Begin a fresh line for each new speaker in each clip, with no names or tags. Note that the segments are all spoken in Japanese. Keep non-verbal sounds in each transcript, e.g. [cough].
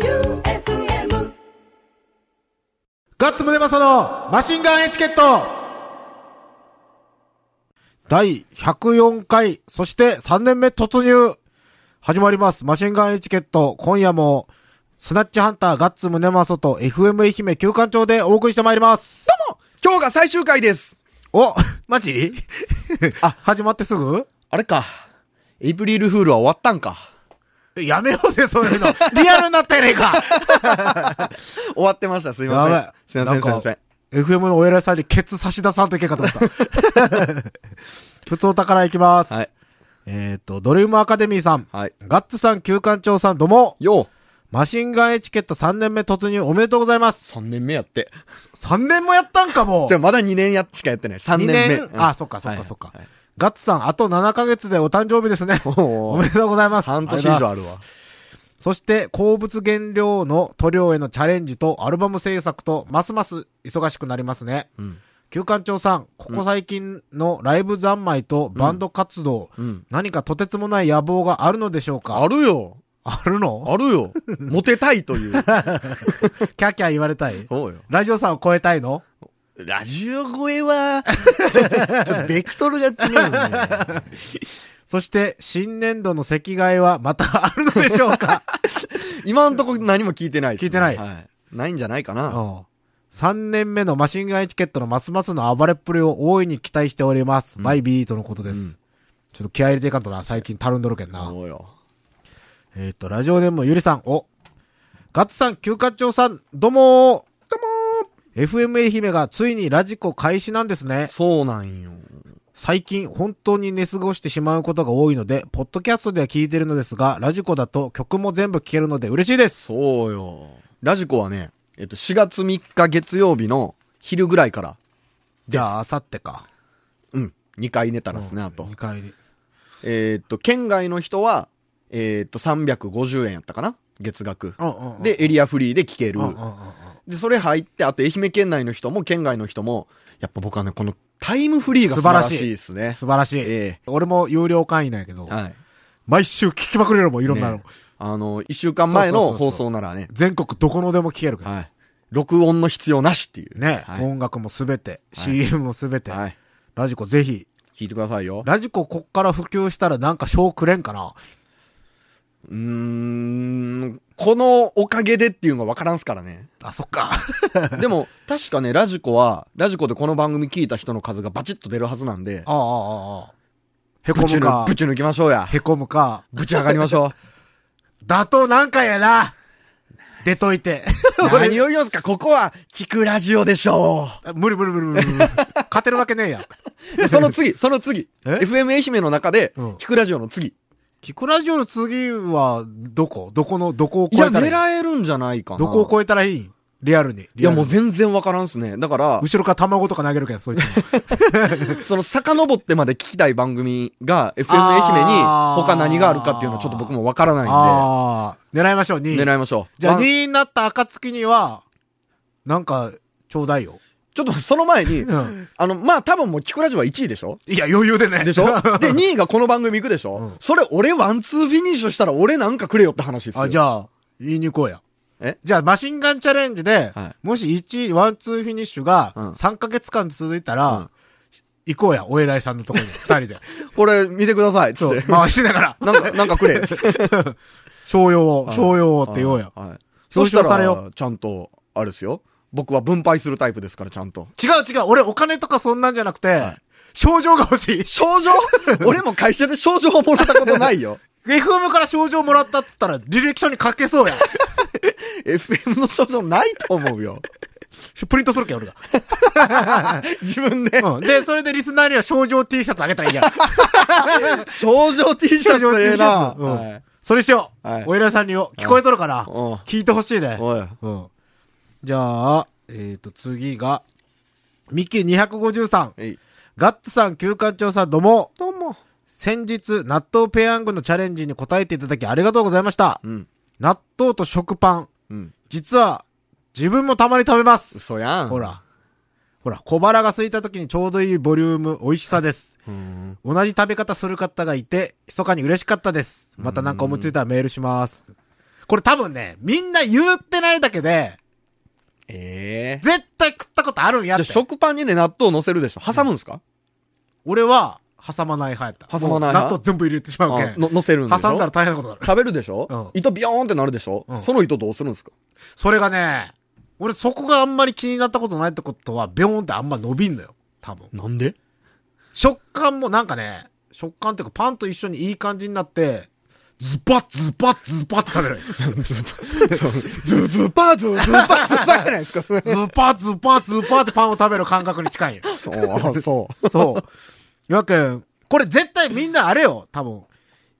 J-O-E-U-F-M
ガッツムネマソのマシンガンエチケット第104回、そして3年目突入始まります。マシンガンエチケット。今夜も、スナッチハンターガッツムネマソと FM 愛媛旧館長でお送りしてまいります。
今日が最終回です
お、マ
[laughs]
ジあ
あ、
始まってすぐ
あれか。エイプリルフールは終わったんか。
やめようぜ、そういうの。 [laughs] リアルになったやねえか
終わってました。すいません。
や
す
べ
いません、すい
な
ま
ん
せん
か。、FM のお偉いさんにケツ差し出さんといけんかと思
[laughs]
った。普通お宝いきます。
はい。
えっ、と、ドリームアカデミーさん。
はい
ガッツさん、旧館長さん、どうも。
よ
マシンガンエチケット3年目突入おめでとうございます。
う !3 年目やって。
3年もやったんかも
じゃあまだ2年やっしかやってない。3
2
年
年
目。うん
あ、そっかそっかそっか、
はいはいはい
ガッツさん、あと7ヶ月でお誕生日ですね。
お
お
ー
めでとうございます。
半年以上ある
りがとうござい
わ
ます。。そして、鉱物原料の塗料へのチャレンジとアルバム制作と、ますます忙しくなりますね。
うん。
旧館長さん、ここ最近のライブ三昧とバンド活動、
うん。
何かとてつもない野望があるのでしょうか
あるよ
あるの
あるよモテたいという。
キャーキャー言われたい
[laughs] そうよ。
ラジオさんを超えたいの
ラジオ声 [laughs] は、ちょっとベクトルが違うんだよね。
そして、新年度の席替えはまたあるのでしょう
[laughs]
か
今のとこ何も聞いてないですね
聞いてない
はい。ないんじゃないか
う
な。
ん3年目のマシンガンエチケットのますますの暴れっぷりを大いに期待しております。マイビーとのことです。
うん
ちょっと気合入れていかんとな、最近たるんどるけんな。
そうよ。
えっ、と、ラジオネームゆりさん、お。ガッツさん、休館長さん、どうもどうも FM 愛媛がついにラジコ開始なんですね。
そうなんよ。
最近本当に寝過ごしてしまうことが多いので、ポッドキャストでは聞いてるのですが、ラジコだと曲も全部聞けるので嬉しいです。
そうよ。ラジコはね、えっと、4月3日月曜日の昼ぐらいから、
じゃあ、あさってか。
うん、2回寝たらですね、あと
2。回に。
えーっと、県外の人は、えーっと、350円やったかな月額。
うんうんうん、
で、エリアフリーで聞ける
うん。うんうんうん。
で、それ入って、あと愛媛県内の人も県外の人も、やっぱ僕はね、このタイムフリーが素晴らしいですね。
素晴らしい。
え
俺も有料会員なんやけど、
えはい。
毎週聞きまくれるもん、いろんなの。
ねあの、1週間前の
そうそうそう
放
そう
送ならね、
全国どこのでも聞けるから。
はい。録音の必要なしっていう。
ね、
はい。
音楽もすべて、
はい
CM もすべて、
はい。
ラジコぜひ、
聞いてくださいよ。
ラジコこっから普及したらなんか賞くれんかな
うーん、このおかげでっていうのは分からんすからね。
あ、そっか。
[laughs] でも、確かね、ラジコは、ラジコでこの番組聞いた人の数がバチッと出るはずなんで、
ああ、ああ、ああ。 [laughs] へこ
ぶち
む
抜
か
ぶ、ち抜きましょ [laughs] うや。
へこむか、
ぶち上がりましょ [laughs]
だとなんかやな出といて。
う。何を言うんすかここは、聞くラジオでしょ
あ無理無理無理無理無理。 [laughs] 勝てるわけねえや。
う。でその [laughs] 次、その次。
え
FM 愛媛の中で、
うん
聞くラジオの次。
キクラジオの次は、どこどこの、どこを
い
超
や、
えたらいい
狙えるんじゃないかな。
どこを超えたらいいリアルに。
いや、もう
リアルに
全然分からんっすね。だから、
後ろから卵とか投げるけど、そいつ [laughs] も。
その遡ってまで聞きたい番組が、FM 愛媛に、他何があるかっていうのはちょっと僕も分からない
ああ、狙いましょう、2
んで、狙いましょう。
じゃあ
ま
2位になった暁には、なんか、ちょうだいよ。
ちょっとその前に、
ん
あの、まあ、多分もう、キクラジオは1位でしょ
いや、余裕でね。 [laughs]
でしょで、2位がこの番組行くでしょ、
うん
それ俺ワンツーフィニッシュしたら俺なんかくれよって話ですよ。
あ、じ
ゃ
ゃあ、言いに行こうや。
え
じゃあ、マシンガンチャレンジで、
は
もし1位、ワン、ツーフィニッシュが、
うん
3ヶ月間続いたら、
うん
行こうや、お偉いさんのとこ
[laughs]
ろに、2人で。
これ見てください、つっ [laughs]
そう、
て。
回しながら、
なんか、なんかく [laughs] れ、つって。
商用を、商用をって言おうや。
はい。はい
表
そした
彰されよ
ら、ちゃんと、あれですよ。僕は分配するタイプですから、ちゃんと。
違う違う、俺お金とかそんなんじゃなくて、賞状が欲しい。
症状 [laughs] 俺も会社で症状をもらったことない [laughs] よ。
FM から賞状もらったって言ったら、履歴書に書け
[laughs]
そうや。
FM の症状ないと思うよ。
プリントするけん、俺が。
自分で。
うん。で、それでリスナーには賞状 T シャツあげたら
[laughs]
いいやん。
症状 T シャツええな。
うん
はい
それしよう。
はい
お偉いさんによ、聞こえとるかな、
うん
聞いてほしいね。
おい。
うん。じゃあ、えっ、と、次が、ミキ253。
えい
ガッツさん、旧館長さん、どうも。
どうも。
先日、納豆ペヤングのチャレンジに答えていただきありがとうございました。
うん。
納豆と食パン。
うん。
実は、自分もたまに食べます。
嘘やん。
ほ。ら。ほら、小腹が空いた時にちょうどいいボリューム、美味しさです。
うん。
同じ食べ方する方がいて、密かに嬉しかったです。またなんか思いついたらメールします。これ多分ね、みんな言ってないだけで、
ええ
絶対食ったことあるんやっ
じゃあ
て。
食パンにね、納豆乗せるでしょ。挟むんですか、
俺は、挟まない派やった。
挟まない派
もう納豆全部入れてしまうけ
あ
ん。
の乗せるんでしょ
挟んだら大変なことになる。
食べるでしょ、
うん
糸ビヨーンってなるでしょ、
うん
その糸どうするんですか
それがね、俺そこがあんまり気になったことないってことは、ビョーンってあんま伸びんのよ。多分。
なんで
食感もなんかね、食感っていうかパンと一緒にいい感じになって、ズバッズバッズバッって食べる。
[laughs] ズズパーズズパーズパーじゃないですか。
ズバッズバッズバッってパンを食べる感覚に近いよ。
[laughs] そう、そう。
そう。岩んこれ絶対みんなあれよ、多分。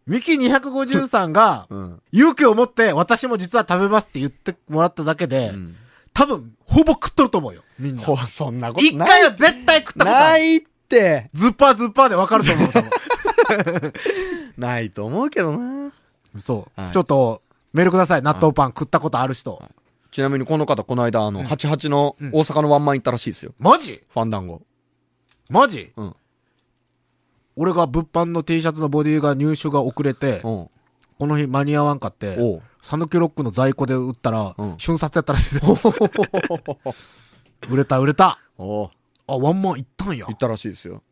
ミキ250さんが、
ん。
勇気を持って私も実は食べますって言ってもらっただけで、
うん
多分、ほぼ食っとると思うよ、みんな。
ほら、そんなこと
一
ない。
回は絶対食ったことあ
な
る。
いって。
ズッパーズッパーでわかると思う
[laughs]
多分。
ないと思うけどな。
そう、
はい
ちょっと、メールください。納豆パン食ったことある人。
ちなみにこの方、この間、あの、88の
うん
大阪のワンマン行ったらしいですよ。
マジ
ファンダンゴ。
マジ
うん。
俺が物販の T シャツのボディが入手が遅れて、
うん。
この日間に合わんかって、
おう。
サヌキロックの在庫で売ったら、
うん
瞬殺やったらしいで [laughs] 売れた売れた。
おう。
あ、ワンマン行ったんや
行。ったらしいですよ。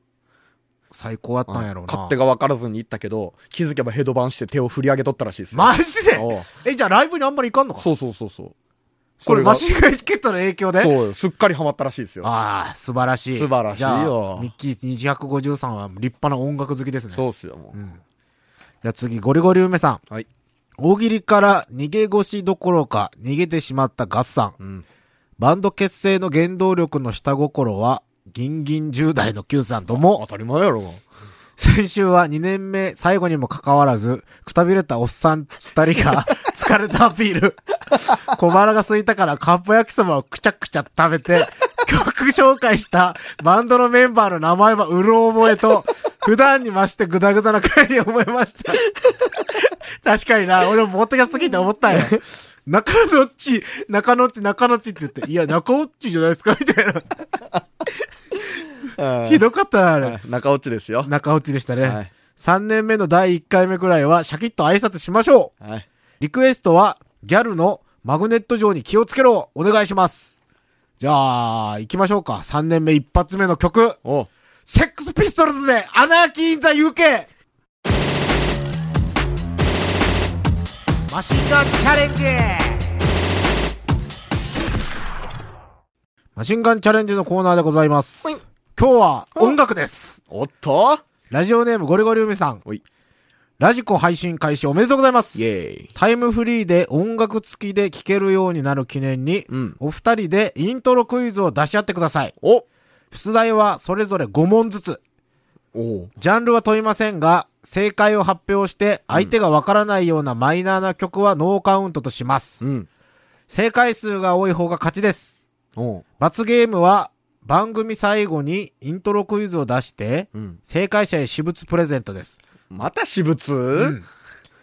最高やったんやろうな。
勝手が分からずに行ったけど、気づけばヘドバンして手を振り上げとったらしいです
[laughs]
よ。
マジで
おう
え、じゃあライブにあんまり行かんのか
そうそうそうそう。
これ
が
マシンガンエチケットの影響で
そうよ。すっかりハマったらしいですよ。
ああ、素晴らしい。
素晴らしい
じ
よ
ゃあミッキー253は立派な音楽好きですね。
そうっすよ、もう。
じゃあ次、ゴリゴリ梅さん。
はい。
大喜利から逃げ腰どころか逃げてしまったガッサン。
うん。
バンド結成の原動力の下心は、ギンギン10代の Q さんとも
当、たり前やろ。
先週は2年目最後にもかかわらず、くたびれたおっさん2人が [laughs] 疲れたアピール。小腹が空いたからカップ焼きそばをくちゃくちゃ食べて、曲紹介したバンドのメンバーの名前はうろ覚えと、普段に増してグダグダな回に思いました。確かにな、俺もポッドキャスト聞いて思ったよ。中野っち、中野っち、中野っちって言って、いや、中野っちじゃないですかみたいな。ひ
ど
どかったな、あれ。
中落ちですよ。
中落ちでしたね。
はい。
3年目の第1回目くらいはシャキッと挨拶しましょう
はい。
リクエストはギャルのマグネット上に気をつけろお願いしますじゃあ、行きましょうか。3年目一発目の曲。
おう
セックスピストルズでアナーキー・イン・ザ・ UK! マシンガンチャレンジマシンガンチャレンジのコーナーでございます。
ほい
今日は音楽です。
おっと
ラジオネームゴリゴリ梅さん
おい。
ラジコ配信開始おめでとうございます。
ェーイ。
タイムフリーで音楽付きで聴けるようになる記念に、
うん
お二人でイントロクイズを出し合ってください。
お
出題はそれぞれ5問ずつ。
おう
ジャンルは問いませんが、正解を発表して相手がわからないようなマイナーな曲はノーカウントとします。
うん。
正解数が多い方が勝ちです。
おう
罰ゲームは番組最後にイントロクイズを出して、
うん。
正解者へ私物プレゼントです。
また私物、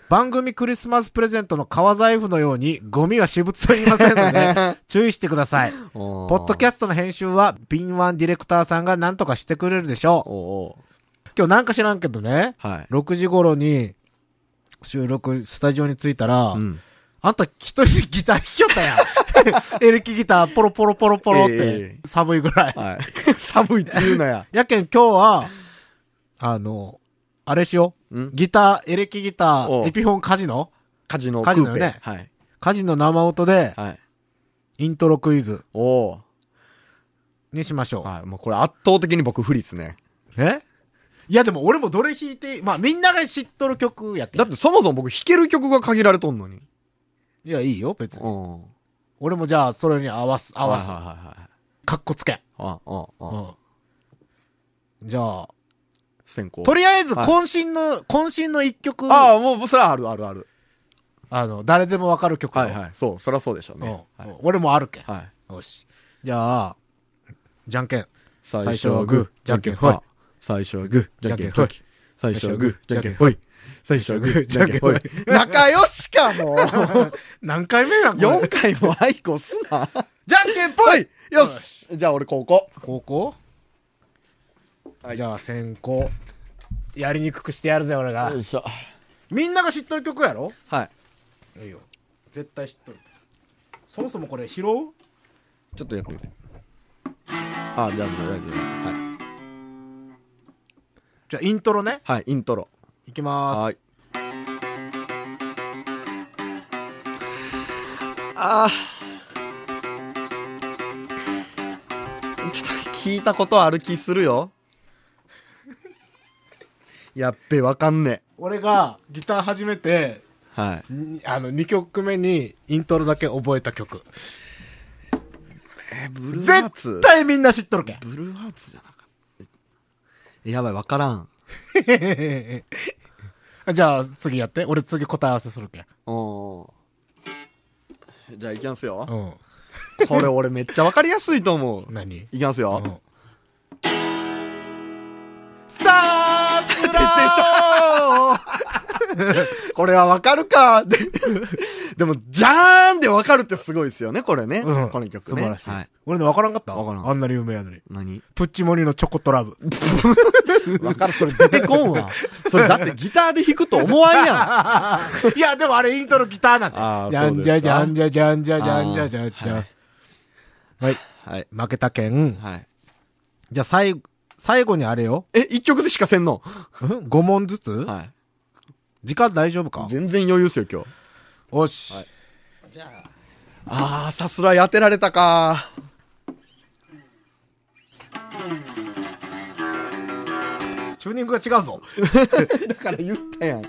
番組クリスマスプレゼントの革財布のようにゴミは私物と言いませんの
[laughs]
で注意してください。
ポ
ポッドキ
ャ
ャストの編集は敏腕ディレクターさんが何とかしてくれるでしょ
おうおう
う。今日なんか知らんけどね、
はい。
6時頃に収録スタジオに着いたら、
ん。
あんた一人でギター弾きよったやん。
[laughs]
エレキギターポロポロポロポロっ
え
て寒いぐらい。
はい。 [laughs] 寒いって言うなや。
やけん今日は、あの、あれしよう。
ん
ギター、エレキギタ
おう
ー、エピフォンカジノ
カジノク
カ
ー
ジ
ペ。
ノよね
はい。
カジノ生音で、
はい。
イントロクイズ
おう
にしましょう。
はい。もうこれ圧倒的に僕不利ですね。
えいやでも俺もどれ弾いていい、まあみんなが知っとる曲やって。
だってそもそも僕弾ける曲が限られとんのに。
いやいいよ、別に。
おうん。
俺もじゃあそれに合わす、合わ
はい
す。
はいはいはい。
かっこつけ。
あ、あ、
う
あ、
ん。じゃあ、
先行。
とりあえず
はい
渾身の、渾身の一曲、
あ
あ
あ、もう、それはあるあるある。
の、誰でもわかる曲を
はいはい。そう、そりゃそうでしょう
うん
ね。はい。
俺もあるけん。
はい
よし。じゃあ、じゃんけん。
最
初はグーじゃんけんほい。
最初はグー、じゃんけんほい。最初はグー、じゃんけんほい。最初はグー、じ
じゃ
ゃ
ん
ん
け
け
ん
ん
ほ
ほ
い
い。仲良しかも
[laughs] 何回目なんこれ
4回もアイコすな。
じゃんけんぽ
はいいよしじゃあ俺高校。
高校
はい
じゃあ先行。やりにくくしてやるぜ、俺が。
いしょ。
みんなが知っとる曲やろ
はい。
いいよ。絶対知っとる。そもそもこれ拾う
ちょっとやってみて。あ、じゃあ、じゃあ、じゃあはい。
じゃあ、イントロね。
はい、イントロ。
いきまーす。
はい。ああ。ちょっと聞いたことある気するよ。やっべ、わかんね
俺がギター始めて、
え。はい。
にあの、2曲目にイントロだけ覚えた曲。
え、ブルーハーツ
絶対みんな知っとるけん。
ブルーハーツじゃなかった。えやばい、わからん。
[laughs] じゃあ、次やって。俺次答え合わせするけん。
おじゃあ、いきますよ。
う
これ俺めっちゃわかりやすいと思う。
ん。何
[laughs] いきますよ。
さあ、すらー
[laughs] これはわかるか [laughs] ででも、じゃーんでわかるってすごいですよね、これね。
うん、
この曲
素晴
ね。
らしい。
はい、
俺の分からんかった
分からん
あんなに有名やのに。
何
プッチモニのチョコトラブ。
わかる、それ出てこんわ。 [laughs] それだってギターで弾くと思わん [laughs] やん。
いや、でもあれイントロギターなんだ
あー
じゃんじゃじゃ
そ
ん
う
じゃじゃんじゃじゃんじゃじゃんじゃん。はい。
はい。
負けたけん。
はい。
じゃあ最後、最後にあれよ。
え、一曲でしかせんの
5問ずつ、
はい。
時間大丈夫か
全然余裕っすよ、今日。
よし、
はいあー、さすらい当てられたか
チューニングが違うぞ。
だから言ったやん。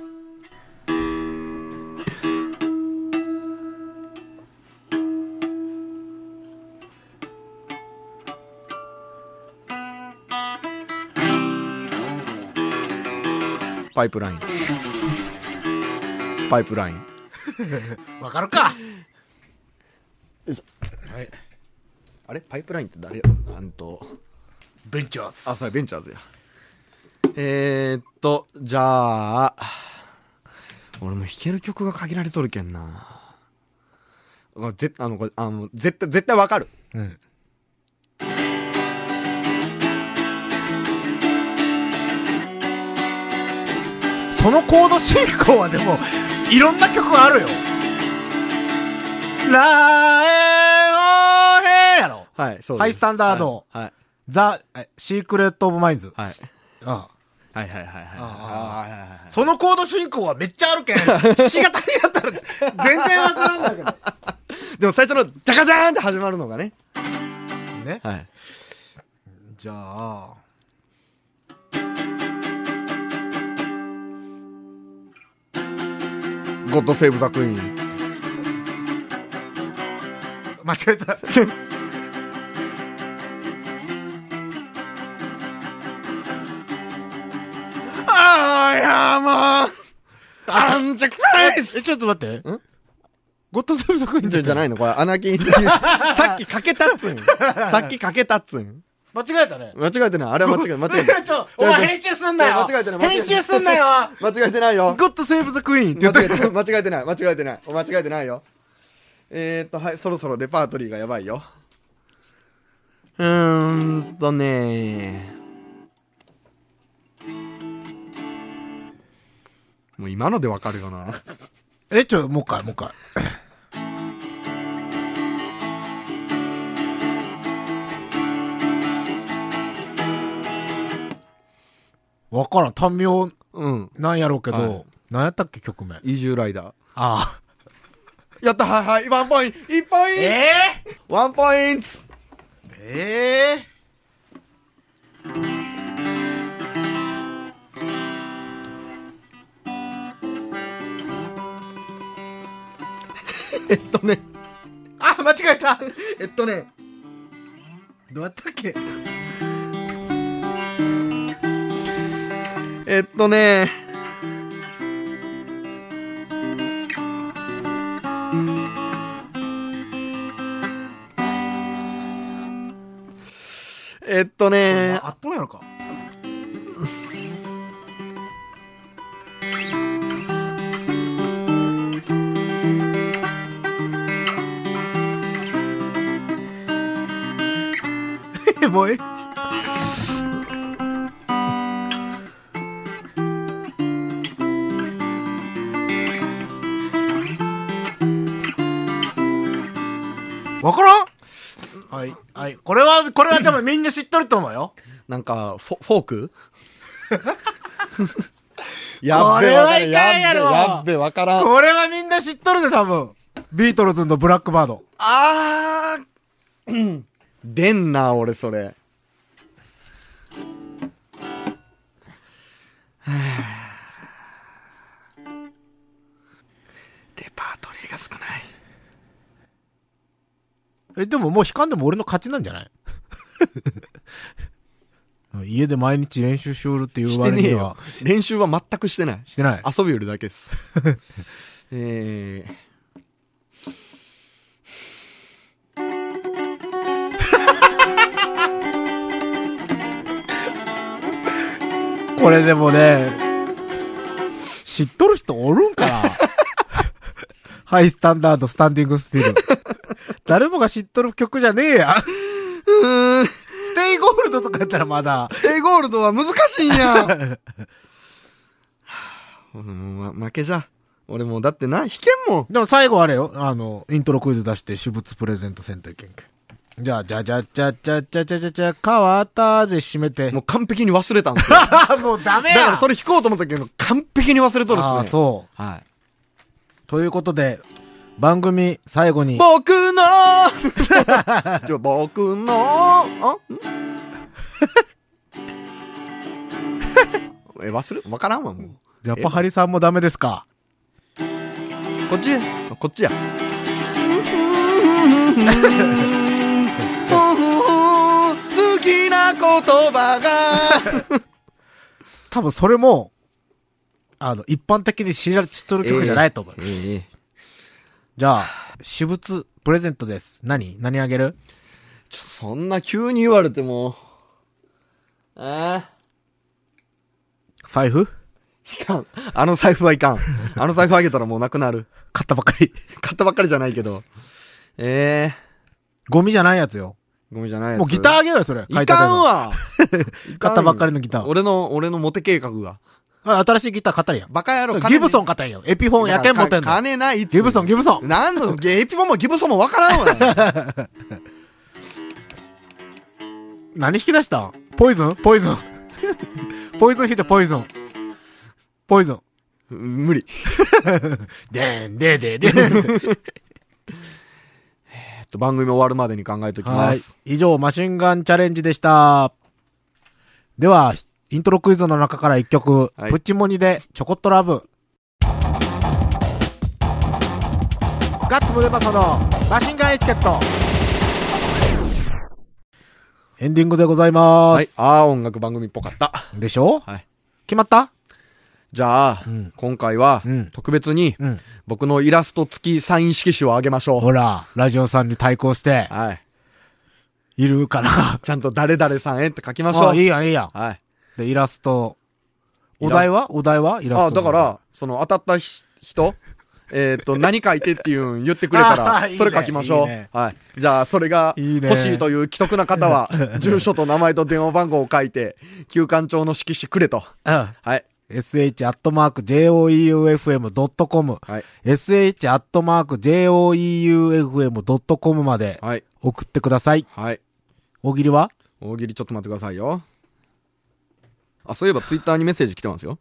パイプライン。パイプライン。
わかるか
あれパイプラインって誰やあんと。
ベンチャーズ。
あ、それベンチャーズや。えー、っと、じゃあ、俺も弾ける曲が限られとるけんな。あぜあの、これ、あの、絶対、絶対わかる。
うん。そのコード進行はでも、いろんな曲あるよ。ラーエオヘやろ。
はい、そうです
ハイスタンダード
はい。はい
ザ・シークレット・オブ・マインズ。
はい
あ
はいはいはいはいはいはいはい
あそのコード進行はめっちゃあるけん、弾き語りやったら全然わからんだけど。
でも最初の、ジャカジャーンって始まるのがね。
ね。
はい。
じゃあ。
ゴッドセーブザクイーン。
間違え
[laughs]
た。
あー、やーまーアンジャクライス
え、ちょっと待って。ゴッドセブ作品
じゃじゃないのこれ、アナ
[laughs]
キン。さっきかけたっつん。さっきかけたっつん。
間違えたね。
間違えてない。あれは間違え、間違えてな
[laughs]
い。
ちょ、お前編集すんなよ
いや間違えてない間違えて
編
な
集
い
すんなよ
間違えてないよ。
ゴッドセーブ・ザ・クイーンって
間
言って
違えてない。間違えてない。間違えてない。間違えてないよ。えーっと、はい、そろそろレパートリーがやばいよ。うーんとねもう今のでわかるよな。
え、ちょ、もう一回、もう一回。わからん。短名
うん。
なんやろうけど、
はい
なんやったっけ、曲名。あ
移住ライダー。
あ。
やったはいはいワンポイント !1 ポイント
え
ワンポイント
ー、え
えっとね。あ、間違えたえっとね。
ー、どうやったっけ
えっとね。えっとね。
あっとんやろか。え、もうえ
え
わからんはい。はい。これは、これはでもみんな知っとると思うよ。
[laughs] なんか、フォフォ
[laughs]
ーク
これはいかんやろ
やっべ、わからん。
これはみんな知っとるで、多分。ビートルズのブラックバード。
あー、出んな、俺、そ [sighs] れ。レパートリーが少ない。
え、でももう弾かんでも俺の勝ちなんじゃない [laughs] 家で毎日練習しおるっていう
して
割
ねえ
に
よ
は。。
練習は全くしてない。
してない。
遊びよるだけ [laughs] です。えー。
これでもね、知っとる人おるんかな [laughs] ハイスタンダード、スタンディングスティール。誰もが知っとる曲じゃねえや。 [laughs]
うーん。
ステイゴールドとかやったらまだ。
A ゴールドは難しいんや [laughs] はあ俺もう、ま、負けじゃ。俺もうだってな、弾けんもん。
でも最後あれよ、あの、イントロクイズ出して私物プレゼントせんといけんけん。じゃあ、じゃじゃじゃじゃじゃじゃじゃじゃ、変わったで締めて。
もう完璧に忘れたんですよ。だ
あ、もうダメ
からそ
れ
れ弾こうと思ったけど、完璧に忘れとるっすね。。
あーそう
はい。
う。ということで、番組最後に、
僕 [laughs] のじゃあ僕のあん [laughs] え、忘れわからんわ、もう。
やっぱハリさんもダメですか
こっちこっちや。好きな言葉が。
多分それも、あの、一般的に知られ知っとる曲じゃないと思う。
[laughs] ええ
じゃあ、私物プレゼントです。何何あげる
ちょそんな急に言われても。え
財布
えいかん。あの財布はいかん。あの財布あげたらもうなくなる。
買ったばかり。
買ったばっかりじゃないけど。え
ゴミじゃないやつよ。
えゴミじゃないやつ。
もうギターあげようよ、それ。買
[laughs] いかん
わ。
わ
買ったばっかりのギター
俺の、俺のモテ計画が。
あ新しいギター買ったりやん。
バカ野郎、
ギブソ
ン
ン買ったんよ。エピフォンやけん持ってんの。
金ないって。
ギブソン、ギブソン。
なんのゲイピモもギブソンもわからんわ。 [laughs]
何引き出したんポイズンポイズン。ポイズン引いてポイズン。ポイズン。
無理。
でんでででん。
えっと、番組終わるまでに考えておきま
はい
す。。
以上、マシンガンチャレンジでした。では、イントロクイズの中から一曲、
はい
プッチモニでチョコットラブ。ガッツムデパソのマシンガンエチケット。エンディングでございます。
はい。ああ、音楽番組っぽかった。
でしょ
はい。
決まった
じゃあ、
ん
今回は
うん、
特別に、
ん。
僕のイラスト付きサイン色紙をあげましょ
ほら、ラジオさんに対抗して
う。、はい。
いる
[laughs]
から。
ちゃんと誰々さんへって書きましょ
あ、
う。
いいやん、いいやん。
はい。
で、イラスト。
イラ
お題はお題はイラスト。
あ、だか、ら、その当たったひ
[laughs]
人、えっと、何書いてっていうん言ってくれた
あー
ら
いい、ね
それ書きましょ
いいね
う。はい。じゃあ、それが
いいね
欲しいという既得な方
[laughs]
は、住所と名前と電話番号を書いて、休館長の色紙くれと。
うん。
はい。
sh.joeufm.com、
はい。
sh.joeufm.com まで
はい。
送ってください。
はい。
大喜利は
大喜利ちょっと待ってくださいよ。あ、そういえばツイッターにメッセージ来てますよ。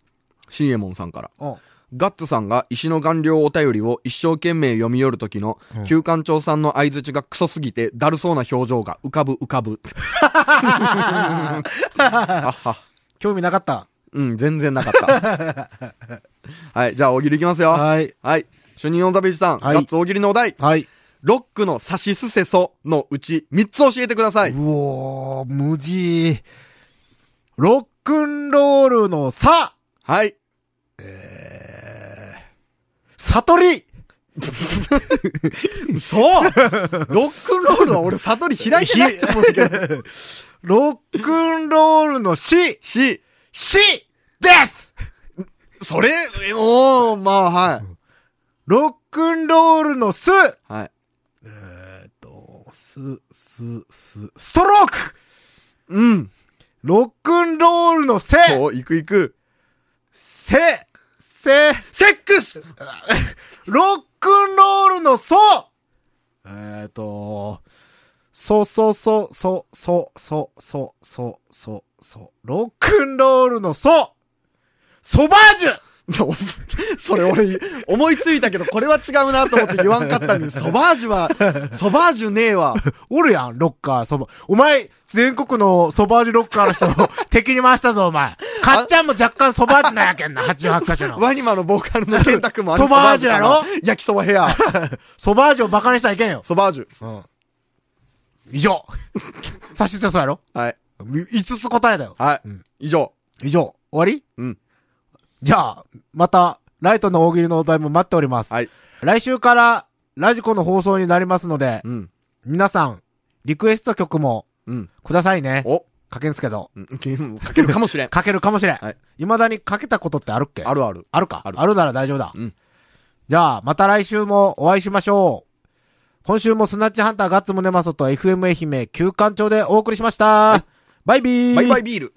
シンエモンさんから。ガッツさんが石の顔料お便りを一生懸命読み寄る時の、旧館長さんの相槌がクソすぎて、だるそうな表情が浮かぶ浮か [laughs] ぶ。あは
興味なかった。
うん、全然なかった。 [laughs] はい、じゃあ大喜利いきますよ。はい。
はい。
主任のダビジさん、
はい
ガッツ大喜利のお題、
はい。
ロックのサシスセソのうち3つ教えてください。
うおー、無事。ロックンロールのさ
はい。
悟り
[laughs] そうロックンロールは俺悟り開いて [laughs] ないと思うけど。
ロックンロールのし
し、
しです
それ、えおー、まあはい。
ロックンロールのす
はい。
えっと、す、す、す、ストローク
うん。
ロックンロールのせ、
そう、いくいく。
せ、せ、
セックス
ロックンロールのそ、えーと、そうそうそう、そう、そう、そう、そう、そう、そう、そう、ロックンロールのそうソバージュ
それ俺、思いついたけど、これは違うなと思って言わんかったんで、ソバージュは、ソバージュねえわ。
おるやん、ロッカー、そば。お前、全国のソバージュロッカーの人を敵に回したぞ、お
[laughs]
前。かっちゃんも若干ソバージュなんやけんな、88箇所の。
ワニマのボーカルのケンタ君もあ
ソバージュやろ
焼きそばヘア。
ソバージュをバカにしたらいけんよ。
ソバージュ。
うん。以上。察し強そうやろ
はい。
?5 つ答えだよ。
はい。以上。
以上。終わり
うん。
じゃあ、また、ライトの大喜利のお題も待っております。
はい。
来週から、ラジコの放送になりますので、
うん。
皆さん、リクエスト曲も
うん。
くださいね。
お、
かけんすけど。
うん、ゲームかけるかもしれん。
かけるかもしれん。
はい
未だにかけたことってあるっけ
あるある。
あるか
ある
あるなら大丈夫だ。
うん
じゃあ、また来週もお会いしましょう。今週もスナッチハンターガッツムネマソと FM 愛媛旧館長でお送りしました。バイビー。
バイバイビール。